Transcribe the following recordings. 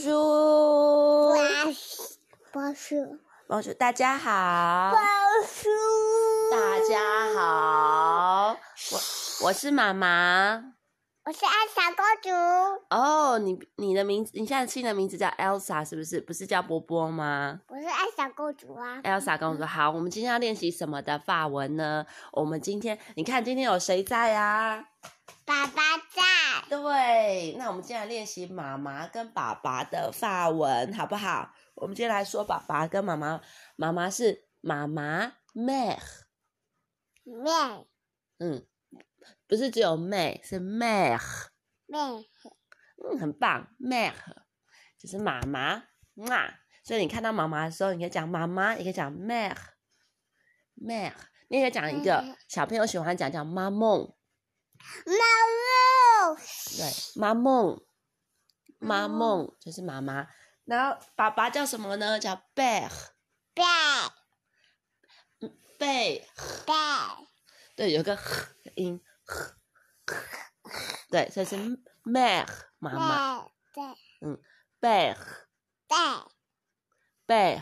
Bonjour，波叔， Bonjour，大家好，波叔，大家好，我我是妈妈。我是艾莎公主，哦、你你的名字，你现在新的名字叫 Elsa 是不是？不是叫波波吗我是艾莎公主啊。 ？Elsa 跟我说，好，我们今天要练习什么的法文呢？我们今天，你看今天有谁在啊？爸爸在，对，那我们今天来练习妈妈跟爸爸的法文，好不好？我们今天来说爸爸跟妈妈，妈妈是妈妈 mère，妹嗯，不是只有妹，是 mère，妹嗯，很棒，mère 就是妈妈嘛。所以你看到妈妈的时候，你可以讲妈妈，也可以讲 mère，mère，你也可以讲一个嗯小朋友喜欢讲叫妈梦，妈妈，对，妈梦，妈妈梦就是妈妈。然后爸爸叫什么呢？叫 bear 贝贝，贝对，有个 h 音 h，对，所以是 mare 妈妈贝 bear 贝。 bear。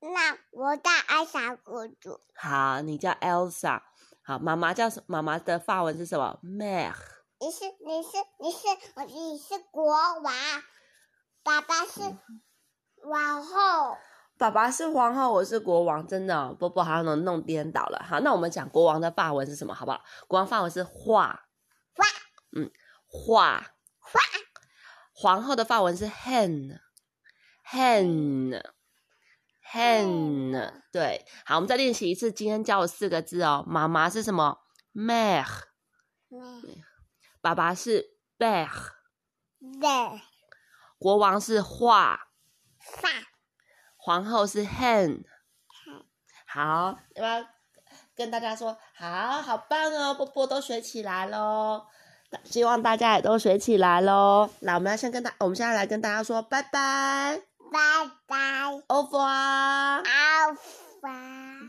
那我叫艾莎公主，好，你叫 Elsa。好，妈妈叫什？妈妈的法文是什么？mare。你是你是你是我你是国王，爸爸是王后，爸爸是皇后，我是国王，真的、哦，波波好像弄弄颠倒了。好，那我们讲国王的法文是什么，好不好？国王法文是画画，嗯，画画。皇后的法文是 hen，hen，hen，对。好，我们再练习一次，今天教我四个字哦。妈妈是什么？mère，妹爸爸是 bear，妹国王是画，发。皇后是 hen 好。好，要不要跟大家说？好好棒哦，波波都学起来喽。那希望大家也都学起来喽。那我们要先跟大，我们现在来跟大家说拜拜拜拜， ，over 啊。阿凡。